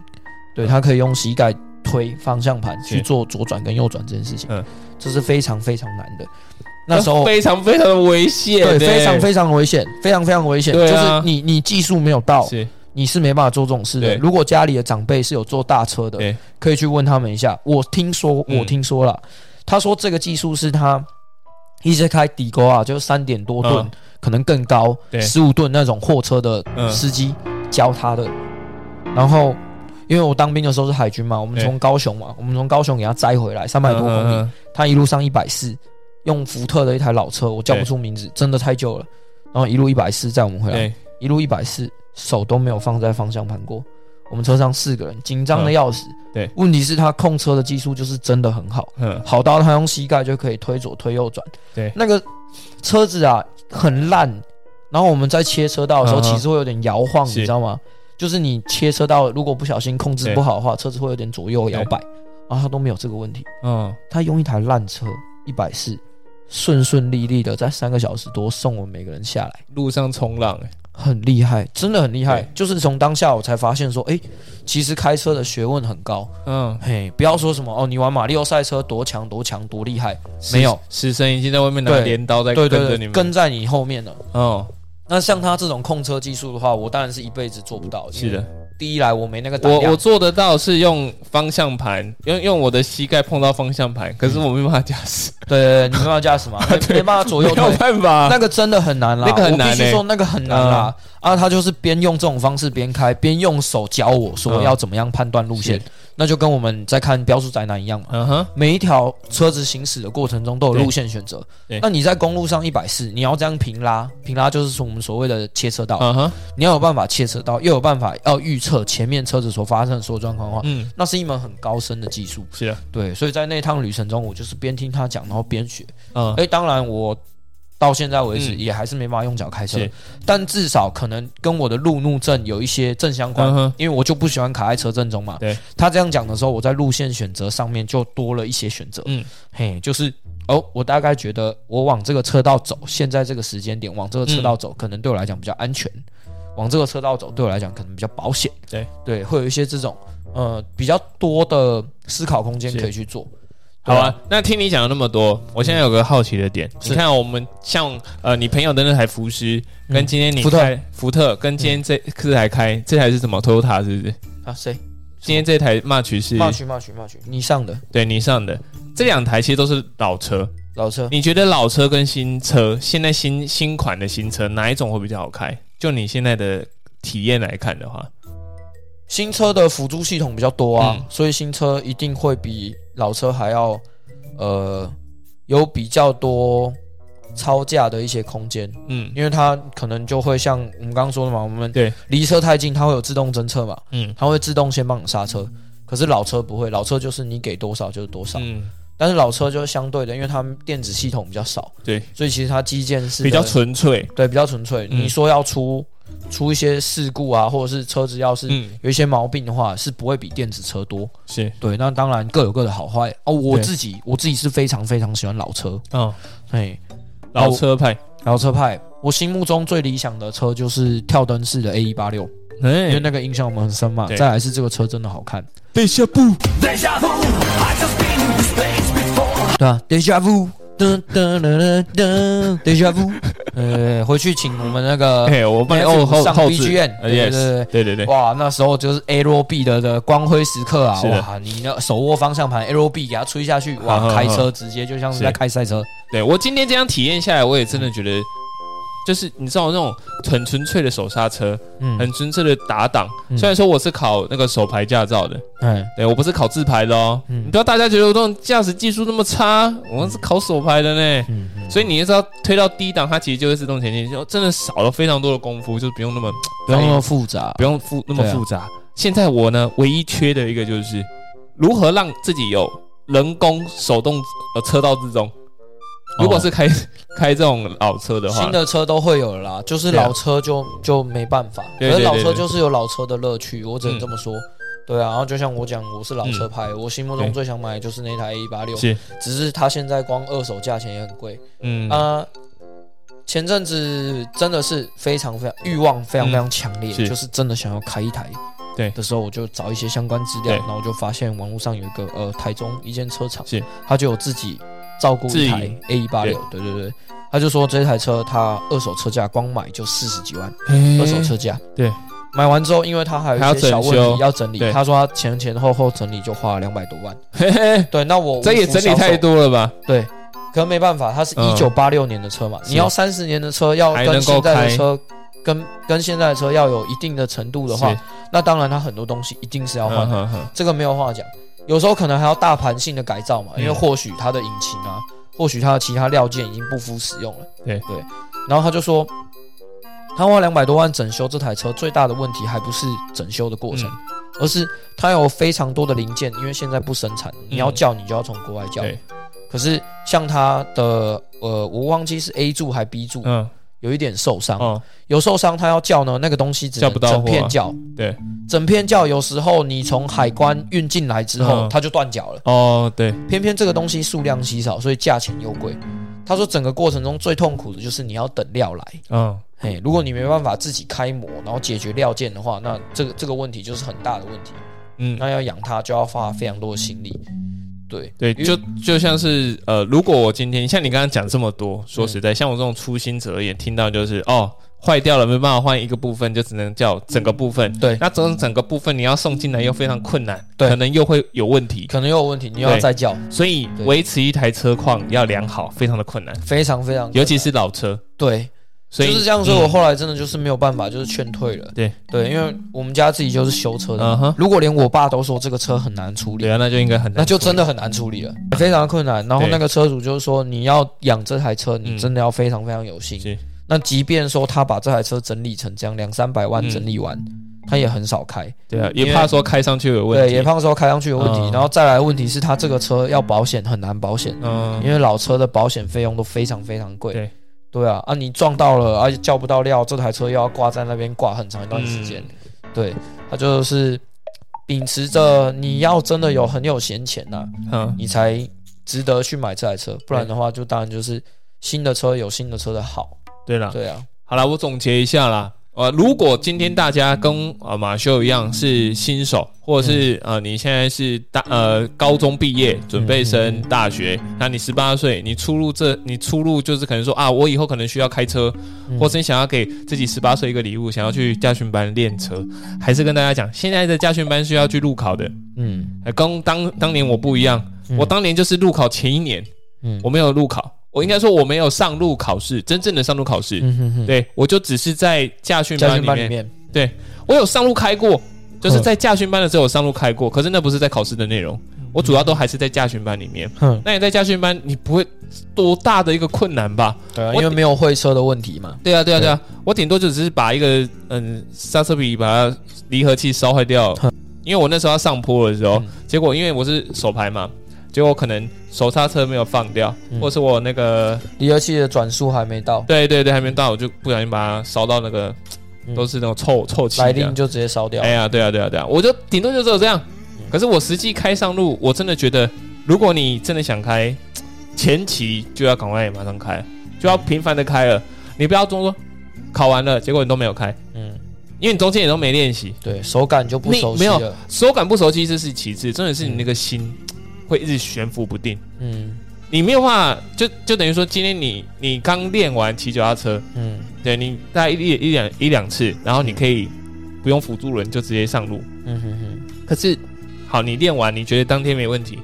S3: 对他可以用膝盖推方向盘
S2: 是
S3: 去做左转跟右转这件事情，
S2: 嗯
S3: 这是非常非常难的。那时候
S2: 非常非常的危险欸，
S3: 对非常非常危险，非常非常危险，
S2: 对
S3: 就
S2: 啊
S3: 是你你技术没有到，
S2: 是
S3: 你是没办法做这种事
S2: 对
S3: 的。如果家里的长辈是有坐大车
S2: 对
S3: 的，可以去问他们一下。我听说，
S2: 嗯
S3: 我听说了，他说这个技术是他一直开底沟啊，就是三点多吨，
S2: 嗯
S3: 可能更高，
S2: 对
S3: 十五吨那种货车的
S2: 嗯
S3: 司机教他的。然后，因为我当兵的时候是海军嘛，我们
S2: 对
S3: 从高雄嘛，我们从高雄给他摘回来三百多公里，
S2: 嗯嗯嗯
S3: 他一路上一百四，用福特的一台老车，我叫不出名字，真的太旧了。然后一路一百四载我们回来，
S2: 嗯对，
S3: 一路一百四，手都没有放在方向盘过。我们车上四个人，紧张的要死。
S2: 对
S3: 问题是他控车的技术就是真的很好，
S2: 嗯，
S3: 好到他用膝盖就可以推左推右转。
S2: 对
S3: 那个车子啊很烂，然后我们在切车道的时候，
S2: 嗯哼
S3: 其实会有点摇晃，
S2: 是
S3: 你知道吗？就是你切车道，如果不小心控制
S2: 对
S3: 不好的话，车子会有点左右摇摆，然后他都没有这个问题。
S2: 嗯，
S3: 他用一台烂车一百四，顺顺利利的在三个小时多送我们每个人下来。
S2: 路上冲浪欸，
S3: 很厉害，真的很厉害
S2: 对。
S3: 就是从当下我才发现说，哎、其实开车的学问很高。
S2: 嗯，
S3: 嘿，不要说什么哦，你玩马里奥赛车多强多强多厉害，
S2: 死
S3: 没有，
S2: 死神已经在外面拿
S3: 对
S2: 镰刀在
S3: 对
S2: 跟
S3: 对
S2: 着你
S3: 对，
S2: 们，
S3: 跟在你后面了。
S2: 哦，
S3: 那像他这种控车技术的话，我当然是一辈子做不到。
S2: 是的，，
S3: 第一来我没那个胆
S2: 我嗯
S3: 量
S2: 我做得到是用方向盘，用用我的膝盖碰到方向盘，
S3: 嗯
S2: 可是我没办法驾 驶，
S3: 对对对，你没办法驾驶 嘛，没没办法左
S2: 没
S3: 右
S2: 有
S3: 推。
S2: 办法。
S3: 那个真的很难啦，
S2: 啊那个很难
S3: 我必须
S2: 欸嗯
S3: 说那个很难啦。啊，他就是边用这种方式边开，边用手教我说
S2: 嗯
S3: 要怎么样判断路线
S2: 是，
S3: 那就跟我们在看《标速宅男》一样嘛。
S2: 嗯哼，
S3: 每一条车子行驶的过程中都有路线选择
S2: 对对。
S3: 那你在公路上一百四，你要这样平拉，平拉就是说我们所谓的切车道，
S2: 嗯哼，
S3: 你要有办法切车道，又有办法要预测前面车子所发生的所有状况的话，
S2: 嗯，
S3: 那是一门很高深的技术。
S2: 是的，
S3: 对，所以在那趟旅程中，我就是边听他讲，然后边学。
S2: 嗯，
S3: 哎，当然我。到现在为止
S2: 嗯
S3: 也还是没办法用脚开车
S2: 是，
S3: 但至少可能跟我的路怒症有一些正相关
S2: 嗯哼，
S3: 因为我就不喜欢卡在车阵中嘛。
S2: 对，
S3: 他这样讲的时候，我在路线选择上面就多了一些选择。
S2: 嗯，
S3: 嘿，就是哦，我大概觉得我往这个车道走，现在这个时间点往这个车道
S2: 嗯
S3: 走，可能对我来讲比较安全；往这个车道走，对我来讲可能比较保险。
S2: 对
S3: 对，会有一些这种呃比较多的思考空间
S2: 是
S3: 可以去做。
S2: 好
S3: 对
S2: 啊，，那听你讲了那么多，我现在有个好奇的点，
S3: 是
S2: 你看我们像呃，你朋友的那台福斯，
S3: 嗯
S2: 跟今天你
S3: 福特嗯
S2: 开福特，跟今天这这台开这台是什么？Toyota 是不是？
S3: 啊，谁？
S2: 今天这台 March 是
S3: 骂去骂去骂去，你上的
S2: 对你上的这两台其实都是老车，
S3: 老车。
S2: 你觉得老车跟新车，现在新新款的新车哪一种会比较好开？就你现在的体验来看的话，
S3: 新车的辅助系统比较多啊，
S2: 嗯
S3: 所以新车一定会比老车还要呃有比较多超价的一些空间，
S2: 嗯
S3: 因为它可能就会像我们刚刚说的嘛，我们
S2: 对
S3: 离车太近，它会有自动侦测嘛，
S2: 嗯
S3: 它会自动先帮你刹车。可是老车不会，老车就是你给多少就是多少，
S2: 嗯，
S3: 但是老车就是相对的，因为它们电子系统比较少，
S2: 对，
S3: 所以其实它基建是
S2: 比较纯粹，
S3: 对，比较纯粹。
S2: 嗯
S3: 你说要出出一些事故啊，或者是车子要是
S2: 嗯，
S3: 有一些毛病的话，是不会比电子车多。
S2: 是，
S3: 对，那当然各有各的好坏哦。我
S2: 对
S3: 自己我自己是非常非常喜欢老车，
S2: 嗯，
S3: 嘿，
S2: 老车派，
S3: 老车派。我心目中最理想的车就是跳灯式的 A 一八六，因为
S2: 哎，
S3: 那个印象我们很深嘛。
S2: 对
S3: 再来是这个车真的好看，
S2: 被下布，
S3: 对啊，Deja Vu，噔噔噔噔噔 ，Deja Vu，呃，回去请我们那个
S2: 哎，我帮你
S3: 呃那
S2: 哦
S3: 次
S2: 后
S3: 上
S2: 后置
S3: BGM
S2: 呃
S3: 对对对
S2: ，yes，对对对，
S3: 哇，那时候就是 A 罗 B 的的光辉时刻啊！
S2: 是的
S3: 哇，你那手握方向盘 A 罗 B 给它吹下去，
S2: 好好
S3: 哇，
S2: 好
S3: 开车直接就像是在
S2: 是
S3: 开赛车。
S2: 对我今天这样体验下来，我也真的觉得，就是你知道那种很纯粹的手刹车，
S3: 嗯，
S2: 很纯粹的打档。
S3: 嗯
S2: 虽然说我是考那个手牌驾照的，
S3: 哎，
S2: 对我不是考自牌的哦。
S3: 嗯
S2: 你不要大家觉得我这种驾驶技术那么差，我是考手牌的呢。
S3: 嗯嗯，
S2: 所以你也知道，推到低档，它其实就会自动前进，就真的少了非常多的功夫，就不用那么
S3: 不用那么复杂
S2: 不。用复那么
S3: 对啊
S2: 复杂。现在我呢，唯一缺的一个就是如何让自己有人工手动呃车道之中。如果是开、 开这种老车的话，
S3: 哦新的车都会有了啦，就是
S2: 对啊
S3: 老车就就没办法。
S2: 对
S3: 可是
S2: 对
S3: 老
S2: 对
S3: 车
S2: 对
S3: 就是有老车的乐趣，我只能
S2: 嗯
S3: 这么说。对啊，然后就像我讲，我是老车派，我心目
S2: 对
S3: 中最想买的就是那台 A 一八六，
S2: 是
S3: 只是它现在光二手价钱也很贵
S2: 嗯、
S3: 啊。前阵子真的是非常非常欲望非常非常强烈，
S2: 是
S3: 就是真的想要开一台。
S2: 对
S3: 的时候，我就找一些相关资料，
S2: 对
S3: 然后我就发现网络上有一个呃台中一间车厂，
S2: 是
S3: 他就有自己照顾
S2: 自
S3: 一
S2: 己
S3: 台 A 一八六，对对对，他就说这台车他二手车价光买就四十几万，
S2: 嘿
S3: 二手车价
S2: 对。
S3: 买完之后，因为他还有一些
S2: 还
S3: 小
S2: 要整修
S3: 问题要整理，
S2: 对
S3: 他说他前前后后整理就花了两百多万。
S2: 嘿嘿，
S3: 对，那我
S2: 这也整理太，多了吧？
S3: 对，可没办法，它是
S2: 嗯
S3: 一九八六年的车嘛，
S2: 是
S3: 你要三十年的车要
S2: 还
S3: 跟
S2: 能够
S3: 现在
S2: 开
S3: 的车跟跟现在的车要有一定的程度的话，那当然它很多东西一定是要
S2: 嗯
S3: 换的。
S2: 哼哼
S3: 这个没有话讲。有时候可能还要大盘性的改造嘛，
S2: 嗯
S3: 因为或许它的引擎啊，或许它的其他料件已经不敷使用了。
S2: 对
S3: 对，然后他就说，他花两百多万整修这台车，最大的问题还不是整修的过
S2: 嗯
S3: 程，而是它有非常多的零件，因为现在不生产，你要叫你就要从国外叫。
S2: 嗯对，
S3: 可是像它的呃，我忘记是 A 柱还 B 柱，
S2: 嗯，
S3: 有一点受伤，
S2: 哦，
S3: 有受伤，他要叫呢，那个东西只
S2: 叫
S3: 能
S2: 不到货啊
S3: 整片叫，
S2: 对，
S3: 整片叫有时候你从海关运进来之后，
S2: 嗯
S3: 它就断脚了。
S2: 哦，对，
S3: 偏偏这个东西数量稀少，所以价钱又贵。他说整个过程中最痛苦的就是你要等料来，
S2: 嗯，
S3: 嘿，如果你没办法自己开模，然后解决料件的话，那这个这个问题就是很大的问题。
S2: 嗯，
S3: 那要养它就要花非常多的心力，对
S2: 对，
S3: 因为
S2: 就就像是呃，如果我今天像你刚刚讲这么多，说实
S3: 嗯
S2: 在，像我这种初心者而言，听到就是哦，坏掉了没办法换一个部分，就只能叫整个部分。
S3: 对，
S2: 那整整个部分你要送进来又非常困难，
S3: 对
S2: 可能又会有问题，
S3: 可能又有问题，你又要
S2: 对
S3: 再叫，
S2: 所以
S3: 对
S2: 维持一台车况要良好，非常的困难，
S3: 非常非常，
S2: 尤其是老车。
S3: 对
S2: 所以
S3: 就是这样，所以我
S2: 嗯
S3: 后来真的就是没有办法，就是劝退了。
S2: 对
S3: 对，因为我们家自己就是修车的嘛，
S2: 嗯哼
S3: 如果连我爸都说这个车很难处理
S2: 对，啊，那就应该很难
S3: 那就真的很难处理了，非常困难。然后
S2: 对啊
S3: 那个车主就是说，你要养这台车，
S2: 嗯
S3: 你真的要非常非常有心。
S2: 是
S3: 那即便说他把这台车整理成这样，两三百万
S2: 嗯
S3: 整理完，他也很少开，
S2: 对啊，
S3: 因
S2: 也
S3: 为
S2: 怕说开上去有问
S3: 对，
S2: 题，
S3: 也怕说开上去有问题。
S2: 嗯
S3: 然后再来问题是他这个车要保险很难保险，
S2: 嗯，
S3: 因为老车的保险费用都非常非常贵。
S2: 对，
S3: 啊，啊，你撞到了，而、且叫不到料，这台车又要挂在那边挂很长一段时间。对，他就是秉持着你要真的有很有闲钱呐、
S2: 嗯，
S3: 你才值得去买这台车，不然的话就当然就是新的车有新的车的好。
S2: 对了，
S3: 对啊，
S2: 好了，我总结一下啦。呃，如果今天大家跟呃马修一样是新手，或者是、
S3: 嗯
S2: 呃你现在是大呃高中毕业，准备升大学，
S3: 嗯
S2: 那你十八岁，你出入这你出入就是可能说啊，我以后可能需要开车，
S3: 嗯
S2: 或是你想要给自己十八岁一个礼物，想要去驾训班练车，还是跟大家讲，现在的驾训班是要去路考的，
S3: 嗯，
S2: 呃跟当当年我不一样，
S3: 嗯
S2: 我当年就是路考前一年，
S3: 嗯
S2: 我没有路考，我应该说我没有上路考试，真正的上路考试，
S3: 嗯哼哼，
S2: 对我就只是在驾训
S3: 家
S2: 班
S3: 训
S2: 里
S3: 班里嗯
S2: 面，
S3: 面，
S2: 我有上路开过，就是在驾训班的时候我上路开过，可是那不是在考试的内容，
S3: 嗯
S2: 我主要都还是在驾训班里面。
S3: 哼，
S2: 那你在驾训班，你不会多大的一个困难吧？
S3: 对啊，
S2: 我
S3: 因为没有会车的问题嘛。
S2: 对啊，对啊，对啊，我顶多就只是把一个嗯刹车皮把它离合器烧坏掉
S3: 哼，
S2: 因为我那时候要上坡的时候
S3: 嗯，
S2: 结果因为我是手排嘛，结果可能手刹车没有放掉，
S3: 嗯
S2: 或者是我那个
S3: 离合器的转速还没到，
S2: 对对对还没到，我就不小心把它烧到那个
S3: 嗯
S2: 都是那种臭臭气
S3: 来
S2: 这样
S3: 令。就直接烧掉。
S2: 哎呀，对啊，对啊，对啊，我就顶多就只有这样。可是我实际开上路，我真的觉得，如果你真的想开，前期就要赶快马上开，就要频繁的开了。你不要总说考完了，结果你都没有开，
S3: 嗯，
S2: 因为你中间也都没练习，
S3: 对手感就不
S2: 你
S3: 熟
S2: 没
S3: 悉
S2: 有
S3: 了。
S2: 手感不熟悉这是其次，真的是你那个心会一直悬浮不定。
S3: 嗯
S2: 你没有办法，就就等于说，今天你你刚练完骑脚踏车，
S3: 嗯
S2: 对你大概一一一两一两次，然后你可以不用辅助轮就直接上路，
S3: 嗯哼哼，
S2: 可是，好，你练完你觉得当天没问题，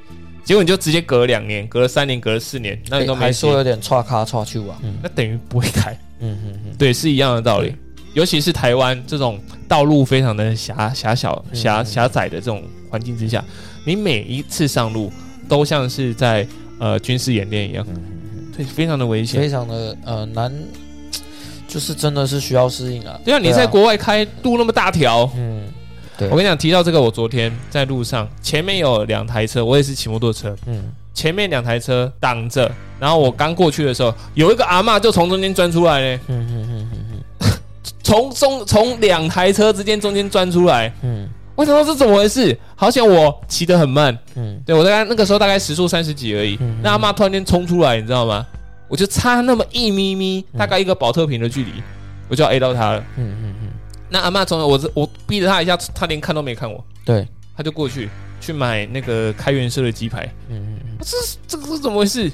S2: 结果你就直接隔了两年，隔了三年，隔了四年，那你都
S3: 哎还
S2: 没
S3: 说
S2: 说，
S3: 有点岔卡岔去啊。嗯
S2: 那等于不会 开。
S3: 嗯哼哼，
S2: 对，是一样的道理。尤其是台湾这种道路非常的狭狭小、
S3: 嗯
S2: 狭
S3: 嗯
S2: 狭窄的这种环境之下，你每一次上路都像是在呃军事演练一
S3: 嗯
S2: 样，对，非常的危险。
S3: 非常的呃难，就是真的是需要适应啊。
S2: 对啊，你在国外开路那么大条，
S3: 嗯
S2: 我跟你讲，提到这个，我昨天在路上，前面有两台车，我也是骑摩托车，
S3: 嗯，
S2: 前面两台车挡着，然后我刚过去的时候，有一个阿嬷就从中间钻出来呢，
S3: 嗯哼哼哼哼，
S2: 从中从两台车之间中间钻出来，
S3: 嗯
S2: 我想说这怎么回事？好险我骑得很慢，
S3: 嗯
S2: 对我大概那个时候大概时速三十几而已，
S3: 嗯
S2: 那阿嬷突然间冲出来，你知道吗？我就差那么一咪咪，大概一个保特瓶的距离，我就要 A 到她了。
S3: 嗯嗯嗯，
S2: 那阿嬷从我这我逼着她一下，她连看都没看我，
S3: 对，
S2: 她就过去去买那个开元社的鸡排，
S3: 嗯嗯
S2: 这个是怎么回事？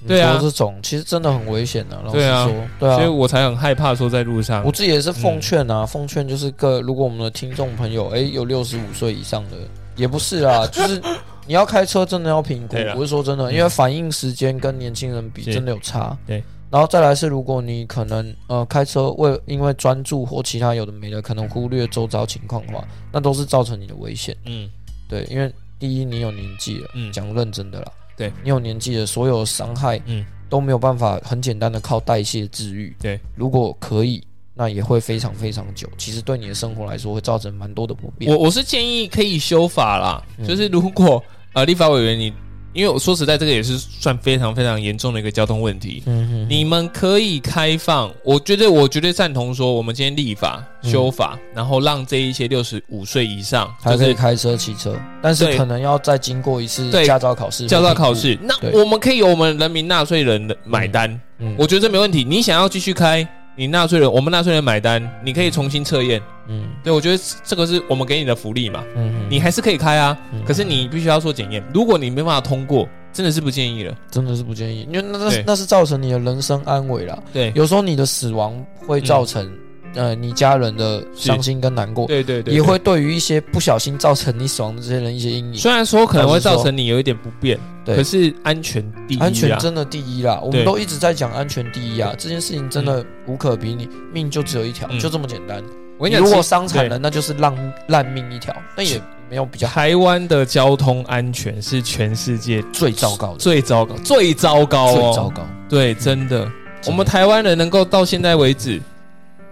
S3: 嗯，
S2: 对啊
S3: 你说这种其实真的很危险的、老实
S2: 对啊
S3: 说，对啊。
S2: 所以我才很害怕说在路上
S3: 我。自己也是奉劝啊，奉劝就是各如果我们的听众朋友，哎、有六十五岁以上的，也不是 啦，就是你要开车真的要评估
S2: 对啦，
S3: 我是说真的，因为反应时间跟年轻人比
S2: 是
S3: 真的有差。
S2: 对。
S3: 然后再来是，如果你可能呃开车为因为专注或其他有的没的，可能忽略周遭情况的话，那都是造成你的危险。
S2: 嗯
S3: 对，因为第一你有年纪了，
S2: 嗯
S3: 讲认真的啦，
S2: 对
S3: 你有年纪了，所有伤害
S2: 嗯
S3: 都没有办法很简单的靠代谢治愈。
S2: 对，
S3: 如果可以，那也会非常非常久。其实对你的生活来说，会造成蛮多的不便。
S2: 我我是建议可以修法啦，
S3: 嗯
S2: 就是如果呃立法委员你，因为我说实在，这个也是算非常非常严重的一个交通问题。
S3: 嗯哼
S2: 你们可以开放，我觉得我绝对赞同说，我们今天立法
S3: 嗯
S2: 修法，然后让这一些六十五岁以上，
S3: 还
S2: 就
S3: 可以
S2: 是
S3: 开车、骑车，但是
S2: 对
S3: 可能要再经过一次
S2: 对
S3: 驾照考试。
S2: 驾照考，试，那
S3: 嗯对
S2: 我们可以由我们人民纳税人的买单，
S3: 嗯
S2: 我觉得这没问题。你想要继续开，你纳税人，我们纳税人买单，你可以重新测验。
S3: 嗯
S2: 对我觉得这个是我们给你的福利嘛。
S3: 嗯哼，
S2: 你还是可以开啊，
S3: 嗯
S2: 可是你必须要做检验。如果你没办法通过，真的是不建议了。
S3: 真的是不建议，因为那那
S2: 对
S3: 是那是造成你的人身安危啦。
S2: 对，嗯
S3: 有时候你的死亡会造成、呃你家人的伤心跟难过，
S2: 对对对，
S3: 也会对于一些不小心造成你死亡的这些人一些阴影。
S2: 虽然说可能会造成你有一点不便，
S3: 对
S2: 可是安全第一啊。
S3: 安全真的第一啦，我
S2: 对
S3: 们都一直在讲安全第一啊，这件事情真的无可比拟，命就只有一条，
S2: 嗯
S3: 就这么简单。
S2: 我跟你
S3: 你
S2: 讲，
S3: 如果
S2: 其
S3: 伤残
S2: 对
S3: 了，那就是烂烂命一条，那也没有比较
S2: 台湾的交通安全是全世界
S3: 最糟糕的，
S2: 最糟糕、最糟糕、哦、
S3: 最糟。糕。嗯
S2: 对，真的，
S3: 真的
S2: 我们台湾人能够到现在为止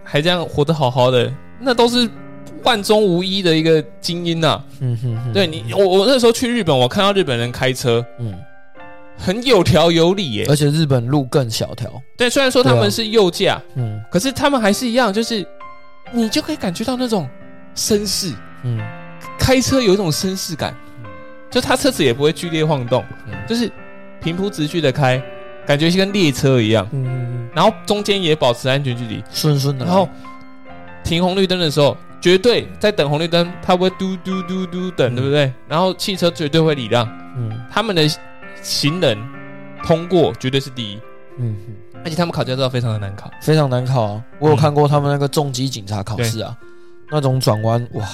S2: 还这样活得好好的，那都是万中无一的一个精英呐、啊。
S3: 嗯哼哼，
S2: 对你，我我那时候去日本，我看到日本人开车
S3: 嗯，
S2: 很有条有理耶、
S3: 而且日本路更小条，
S2: 对，虽然说他们
S3: 啊
S2: 是右驾，
S3: 嗯
S2: 可是他们还是一样，就是你就可以感觉到那种绅士，
S3: 嗯
S2: 开车有一种绅士感，就他车子也不会剧烈晃动，
S3: 嗯
S2: 就是平铺直叙的开，感觉是跟列车一样，
S3: 嗯嗯，
S2: 然后中间也保持安全距离，
S3: 顺顺的
S2: 然
S3: 来，
S2: 后停红绿灯的时候，绝对在等红绿灯，他不会嘟嘟嘟嘟等，
S3: 嗯
S2: 对不对？然后汽车绝对会礼让，
S3: 嗯
S2: 他们的行人通过绝对是第一，
S3: 嗯哼，
S2: 而且他们考驾照非常的难考。
S3: 非常难考啊！我有看过他们那个重机警察考试啊，
S2: 嗯
S3: 那种转弯哇，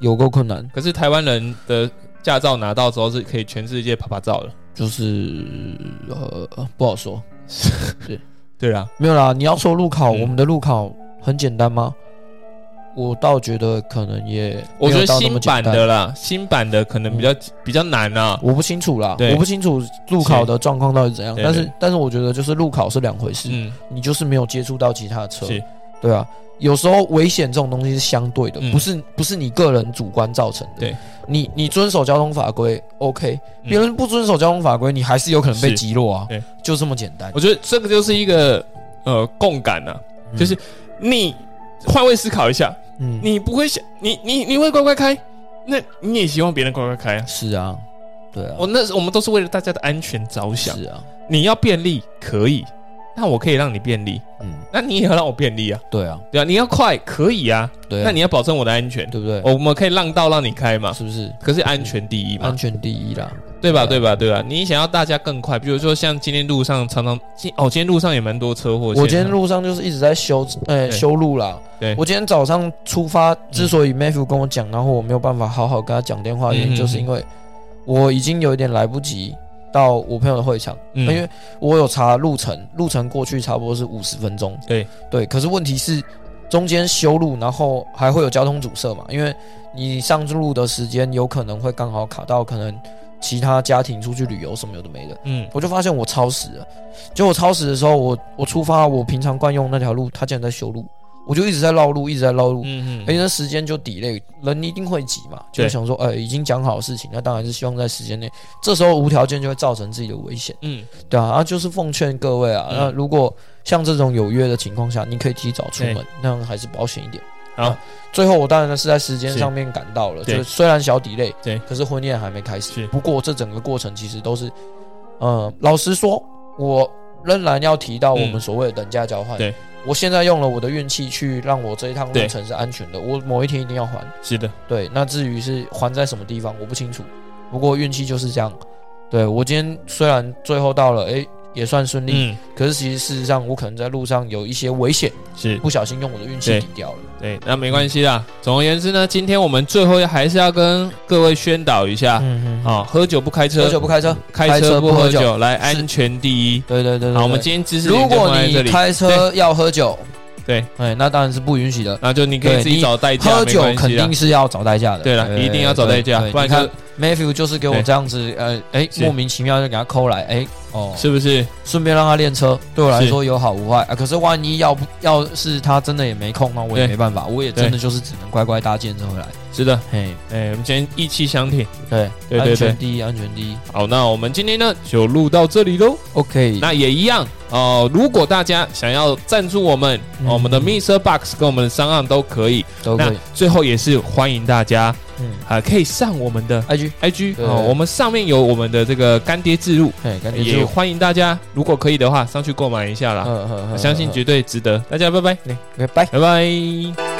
S3: 有够困难。
S2: 可是台湾人的驾照拿到之后是可以全世界拍拍照的。
S3: 就是呃不好说，
S2: 对啊，
S3: 没有啦。你要说路考，
S2: 嗯
S3: 我们的路考很简单吗？我倒觉得可能也
S2: 我觉得
S3: 没有到那么
S2: 新
S3: 简单嗯
S2: 版的啦，新版的可能比较比较难啊。
S3: 我不清楚啦，
S2: 对
S3: 我不清楚路考的状况到底是怎样，
S2: 对
S3: 但
S2: 对
S3: 是但是我觉得就是路考是两回事，
S2: 嗯，
S3: 你就是没有接触到其他的车
S2: 是，
S3: 对啊，有时候危险这种东西是相对的，
S2: 嗯
S3: 不是不是你个人主观造成的，
S2: 对，
S3: 你你遵守交通法规，OK，
S2: 嗯
S3: 别人不遵守交通法规，你还是有可能被
S2: 是
S3: 击落啊，
S2: 对，
S3: 就这么简单，
S2: 我觉得这个就是一个呃共感啊，
S3: 嗯
S2: 就是你换位思考一下，
S3: 嗯，
S2: 你不会想你你你会乖乖开，那你也希望别人乖乖开啊。
S3: 是啊，对啊，
S2: 我那我们都是为了大家的安全着想
S3: 是，啊，
S2: 你要便利可以，那我可以让你便利，
S3: 嗯，
S2: 那你也要让我便利啊，
S3: 对啊，
S2: 对啊，你要快可以啊，
S3: 对啊，
S2: 那你哦要保证我的安全，
S3: 对不对？
S2: 我们可以让道让你开嘛，
S3: 是不是
S2: 可是安全第一嘛
S3: 安，全第一啦？
S2: 对吧？
S3: 对
S2: 对吧？对吧？你想要大家更快，比如说像今天路上常常，今哦，今天路上也蛮多车祸现象。
S3: 我今天路上就是一直在修，呃，
S2: 对
S3: 修路啦。
S2: 对嗯
S3: 我今天早上出发，之所以 Matthew 跟我讲，然后我没有办法好好跟他讲电话，
S2: 嗯
S3: 原因就是因为我已经有一点来不及到我朋友的会场，
S2: 嗯，
S3: 因为我有查路程，路程过去差不多是五十分钟。
S2: 对
S3: 对，可是问题是中间修路，然后还会有交通阻塞嘛，因为你上路的时间有可能会刚好卡到可能其他家庭出去旅游什么有的没的。
S2: 嗯
S3: 我就发现我超时了。结果超时的时候，我我出发，我平常惯用那条路，他竟然在修路，我就一直在绕路，一直在绕路。
S2: 嗯
S3: 而且
S2: 嗯，
S3: 那时间就 delay，人一定会挤嘛，
S2: 对
S3: 就想说，呃、已经讲好的事情，那当然是希望在时间内。这时候无条件就会造成自己的危险，
S2: 嗯，
S3: 对啊。啊，就是奉劝各位啊，
S2: 嗯
S3: 那如果像这种有约的情况下，你可以提早出
S2: 对
S3: 门，那样还是保险一点。
S2: 好
S3: 啊，最后我当然是在时间
S2: 是
S3: 上面赶到了，就
S2: 对
S3: 是虽然小 delay，
S2: 对
S3: 可是婚宴还没开始。
S2: 是
S3: 不过这整个过程其实都是，呃，老实说，我仍然要提到我们
S2: 嗯
S3: 所谓的等价交换。
S2: 对，
S3: 我现在用了我的运气去让我这一趟
S2: 对
S3: 路程是安全的，我某一天一定要还。
S2: 是的，
S3: 对，那至于是还在什么地方，我不清楚。不过运气就是这样。对我今天虽然最后到了，诶，也算顺利，
S2: 嗯
S3: 可是其实事实上我可能在路上有一些危险，
S2: 是
S3: 不小心用我的运气
S2: 对
S3: 抵掉了。
S2: 对，那没关系啦。总而言之呢，今天我们最后还是要跟各位宣导一下，
S3: 嗯嗯，
S2: 啊好，喝酒不开车，
S3: 喝酒不开车，
S2: 开车不喝酒，来
S3: 是
S2: 安全第一。
S3: 对对对对
S2: 好，我们
S3: 对
S2: 今天知识
S3: 如
S2: 点就
S3: 果
S2: 放在这
S3: 你
S2: 里，
S3: 开车要喝酒，
S2: 对，
S3: 哎，那当然是不允许的。
S2: 那就你可以
S3: 对
S2: 自己
S3: 你
S2: 找代驾，
S3: 喝
S2: 没
S3: 酒
S2: 关
S3: 肯
S2: 系啦啊
S3: 定是要找代驾的，
S2: 对啦一定要找代驾
S3: 对对
S2: 不然
S3: 你看
S2: 就
S3: Matthew 就是给我
S2: 对
S3: 这样子，呃，哎，
S2: 是
S3: 莫名其妙就给他抠来，哎，哦，
S2: 是不是？
S3: 顺便让他练车，对我来说有好无坏啊。可是万一要不要是他真的也没空，那我也
S2: 对
S3: 没办法，我也真的就是只能乖乖搭建车回来。
S2: 是的，
S3: 嘿，
S2: 哎，我们今天义气相挺。
S3: 对，
S2: 对对
S3: 安
S2: 对
S3: 全，第一，安全第一。
S2: 好，那我们今天呢就录到这里
S3: 嗯
S2: 喽。
S3: OK，
S2: 那也一样哦、如果大家想要赞助我们，
S3: 嗯
S2: 哦我们的 Mr. Box 跟我们的商案都可以。
S3: 都可
S2: 那
S3: 以。
S2: 最后也是欢迎大家
S3: 嗯
S2: 啊、可以上我们的
S3: ，IG，
S2: IG
S3: 对
S2: 哦，我们上面有我们的这个干爹制度，
S3: 嘿，感觉
S2: 也啊
S3: 就，
S2: 欢迎大家如果可以的话上去购买一下啦，
S3: 嗯嗯
S2: 我相信绝对值得。大家拜拜，
S3: 拜拜。
S2: 拜拜。